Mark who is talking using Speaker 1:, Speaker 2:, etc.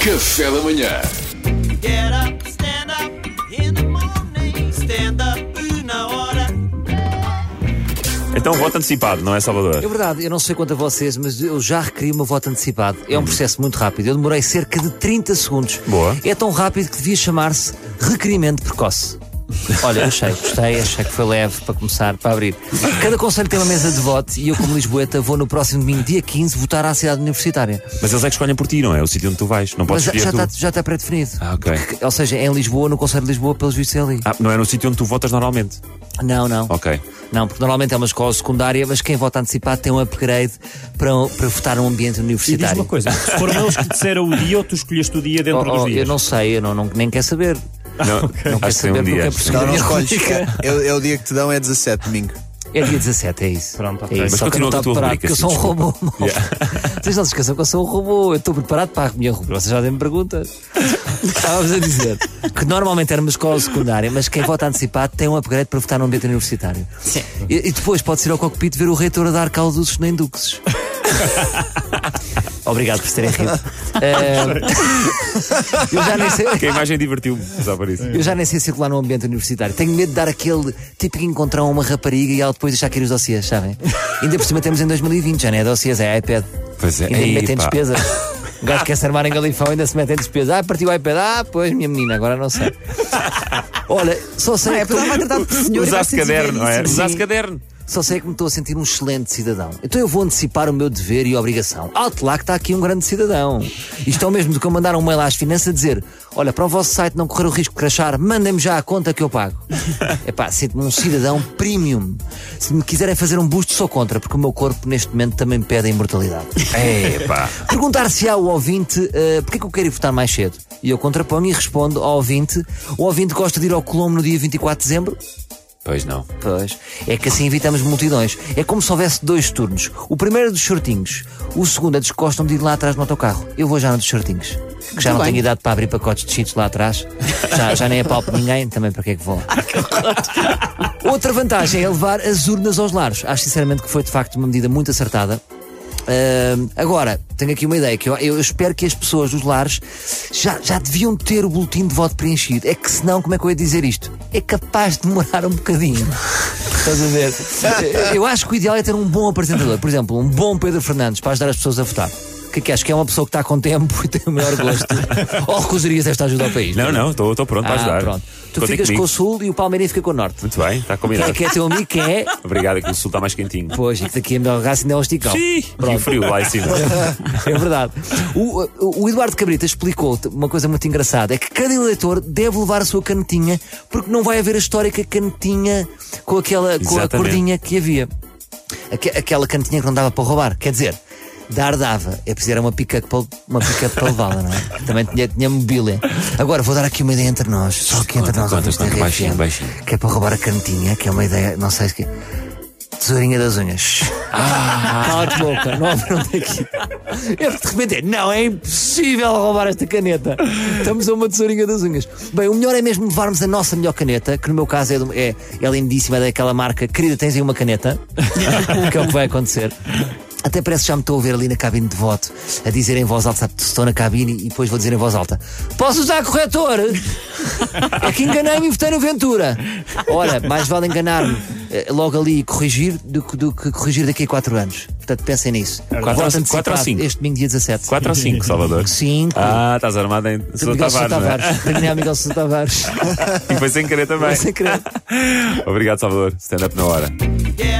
Speaker 1: Café da manhã.
Speaker 2: Get up, stand up in the morning. Stand up na hora.
Speaker 3: Então, voto antecipado, não é,
Speaker 4: É
Speaker 3: Salvador?
Speaker 4: verdade, eu não sei quanto a vocês, mas eu já requeri uma voto antecipado. É um processo muito rápido. Eu demorei cerca de 30 segundos.
Speaker 3: Boa.
Speaker 4: É tão rápido que devia chamar-se requerimento precoce. Olha, eu achei, gostei, achei que foi leve para começar, para abrir. Cada conselho tem uma mesa de voto e eu, como Lisboeta, vou no próximo domingo, dia 15, votar à cidade universitária.
Speaker 3: Mas eles é que escolhem por ti, não é? O sítio onde tu vais. Não
Speaker 4: Mas
Speaker 3: podes
Speaker 4: já,
Speaker 3: escolher
Speaker 4: já
Speaker 3: tu.
Speaker 4: está, já está pré-definido.
Speaker 3: Ah, ok.
Speaker 4: Porque, Ou seja, é em Lisboa, no Conselho de Lisboa, pelos vistos é ali.
Speaker 3: Ah, não é no sítio onde tu votas normalmente.
Speaker 4: Não, não.
Speaker 3: Ok.
Speaker 4: Não, porque normalmente é uma escola secundária, mas quem vota antecipado tem um upgrade para, para votar num ambiente
Speaker 5: E diz
Speaker 4: universitário.
Speaker 5: uma coisa: se foram eles que disseram o dia ou tu escolheste o dia dentro
Speaker 4: Oh,
Speaker 5: dos
Speaker 4: oh,
Speaker 5: dias?
Speaker 4: eu não sei, eu não, não- nem quero saber.
Speaker 3: Não,
Speaker 4: Não quero
Speaker 3: acho que tem
Speaker 4: saber
Speaker 3: um
Speaker 4: porque
Speaker 3: dia.
Speaker 4: é
Speaker 3: acho que tem.
Speaker 4: preciso-
Speaker 6: Não, não escolhes. É, é o dia que te dão, é 17 domingo.
Speaker 4: É dia 17, é isso.
Speaker 5: Pronto,
Speaker 4: é
Speaker 5: ok.
Speaker 4: isso.
Speaker 3: Mas
Speaker 4: Só que eu
Speaker 3: continua
Speaker 4: não
Speaker 3: com a tua
Speaker 4: estou preparado,
Speaker 3: rubrica,
Speaker 4: porque eu
Speaker 3: sim,
Speaker 4: sou um
Speaker 3: desculpa.
Speaker 4: robô. mal. Vocês não se esqueçam que eu sou um robô. Eu estou preparado para a minha rubrica. Vocês já têm perguntas. Estávamos a dizer que normalmente era uma escola secundária, mas quem vota antecipado tem um upgrade para votar num ambiente universitário. Sim. E, e depois pode-se ir ao cockpit ver o reitor a dar calduços nem duques. Obrigado por terem rido. Eh, eu já nem sei.
Speaker 3: Que a imagem divertiu-me, só por isso.
Speaker 4: Eu já nem sei circular no ambiente universitário. Tenho medo de dar aquele típico encontrar uma rapariga e ela depois deixar cair os dossiês, sabem? Ainda por cima temos em 2020, já não é dossiês, é iPad.
Speaker 3: Pois é,
Speaker 4: Ainda
Speaker 3: aí,
Speaker 4: me metem
Speaker 3: pá.
Speaker 4: despesas. O gajo quer se armar em galifão, ainda se mete em despesas. Ah, partiu o iPad. Ah, pois, minha menina, agora não sei. Olha, só sei, que,
Speaker 7: é, Vai tratar por senhor e vai
Speaker 3: Usaste
Speaker 7: ser
Speaker 3: caderno, não é?
Speaker 7: severíssimo.
Speaker 3: Usaste caderno.
Speaker 4: só sei que me estou a sentir um excelente cidadão. Então eu vou antecipar o meu dever e obrigação. Alto lá que está aqui um grande cidadão. Isto é o mesmo do que eu mandar um mail às finanças a dizer: Olha, para o vosso site não correr o risco de crachar, mandem-me já a conta que eu pago. Epá, sinto-me um cidadão premium. Se me quiserem fazer um busto, sou contra, porque o meu corpo neste momento também pede a imortalidade.
Speaker 3: Epá.
Speaker 4: Perguntar se ao ouvinte eh, porque é que eu quero ir votar mais cedo. E eu contraponho e respondo ao ouvinte: o ouvinte gosta de ir ao Colombo no dia 24 de dezembro?
Speaker 3: Pois não.
Speaker 4: Pois, é que assim evitamos multidões. É como se houvesse dois turnos. O primeiro é dos shortinhos, o segundo é dos que gostam de ir lá atrás no autocarro. Eu vou já no dos shortinhos, que já não tenho idade para abrir pacotes de cheetos lá atrás. Já, já nem apalpo ninguém, também para que é que vou? Outra vantagem é levar as urnas aos lares. Acho sinceramente que foi de facto uma medida muito acertada. Ahm, agora, tenho aqui uma ideia que eu, eu espero que as pessoas dos lares já, já deviam ter o boletim de voto preenchido. É que senão, como é que eu ia dizer isto? É capaz de demorar um bocadinho. Estás a ver? Eu acho que o ideal é ter um bom apresentador, por exemplo, um bom Pedro Fernandes para ajudar as pessoas a votar. O que é que acho que é uma pessoa que está com tempo e tem o maior gosto? Ou recusarias esta ajuda ao país?
Speaker 3: Não, não, estou estou pronto para
Speaker 4: Ah,
Speaker 3: ajudar. é
Speaker 4: pronto. Tu
Speaker 3: Contem
Speaker 4: ficas
Speaker 3: comigo.
Speaker 4: com o Sul e o Palmeiras fica com o Norte.
Speaker 3: Muito bem, está
Speaker 4: Quem é
Speaker 3: combinado.
Speaker 4: que é teu amigo? Quem é?
Speaker 3: Obrigado, aqui o sul está mais quentinho.
Speaker 4: Pois, é que daqui a melhor raça ainda é um esticão.
Speaker 3: Sim. E o frio lá em cima.
Speaker 4: É verdade. O, o- o Eduardo Cabrita explicou uma coisa muito engraçada: é que cada eleitor deve levar a sua canetinha, porque não vai haver a histórica canetinha com aquela com a
Speaker 3: Exatamente.
Speaker 4: cordinha que havia. Aque- aquela canetinha que não dava para roubar. Quer dizer, dar dava. É preciso era uma pick-up para, uma pick para levá-la, não é? Também tinha, tinha mobília. Agora vou dar aqui uma ideia entre nós. Só que entre
Speaker 3: Conta,
Speaker 4: nós
Speaker 3: conta,
Speaker 4: ouvintes da
Speaker 3: conta,
Speaker 4: RFM,
Speaker 3: baixinho, baixinho.
Speaker 4: Que é para roubar a canetinha, que é uma ideia, não sei se que. Tesourinha das unhas. Ah, cala-te boca, não abram daqui. Eu de repente é, não, é impossível roubar esta caneta. Estamos a uma tesourinha das unhas. Bem, o melhor é mesmo levarmos a nossa melhor caneta, que no meu caso é, do- é, é lindíssima, é daquela marca, querida, tens aí uma caneta, que é o que vai acontecer. Até parece que já me estou a ouvir ali na cabine de voto a dizer em voz alta, sabe, estou na cabine e depois vou dizer em voz alta: Posso usar corretor? É que enganei-me e votei no Ventura. Ora, mais vale enganar-me eh, logo ali e corrigir do que, do que corrigir daqui a 4 anos. Portanto, pensem nisso.
Speaker 3: Quatro
Speaker 4: Voto
Speaker 3: ou- quatro ou
Speaker 4: antecipado
Speaker 3: cinco?
Speaker 4: Este domingo, dia 17.
Speaker 3: 4 ou 5, Salvador?
Speaker 4: 5.
Speaker 3: Ah, estás armado em Sousa
Speaker 4: Miguel Sousa
Speaker 3: Tavares. não é?
Speaker 4: Tavares. Daniel Miguel Sousa Tavares.
Speaker 3: E foi sem querer também.
Speaker 4: Sem querer.
Speaker 3: Obrigado, Salvador. Stand up na hora.
Speaker 2: Get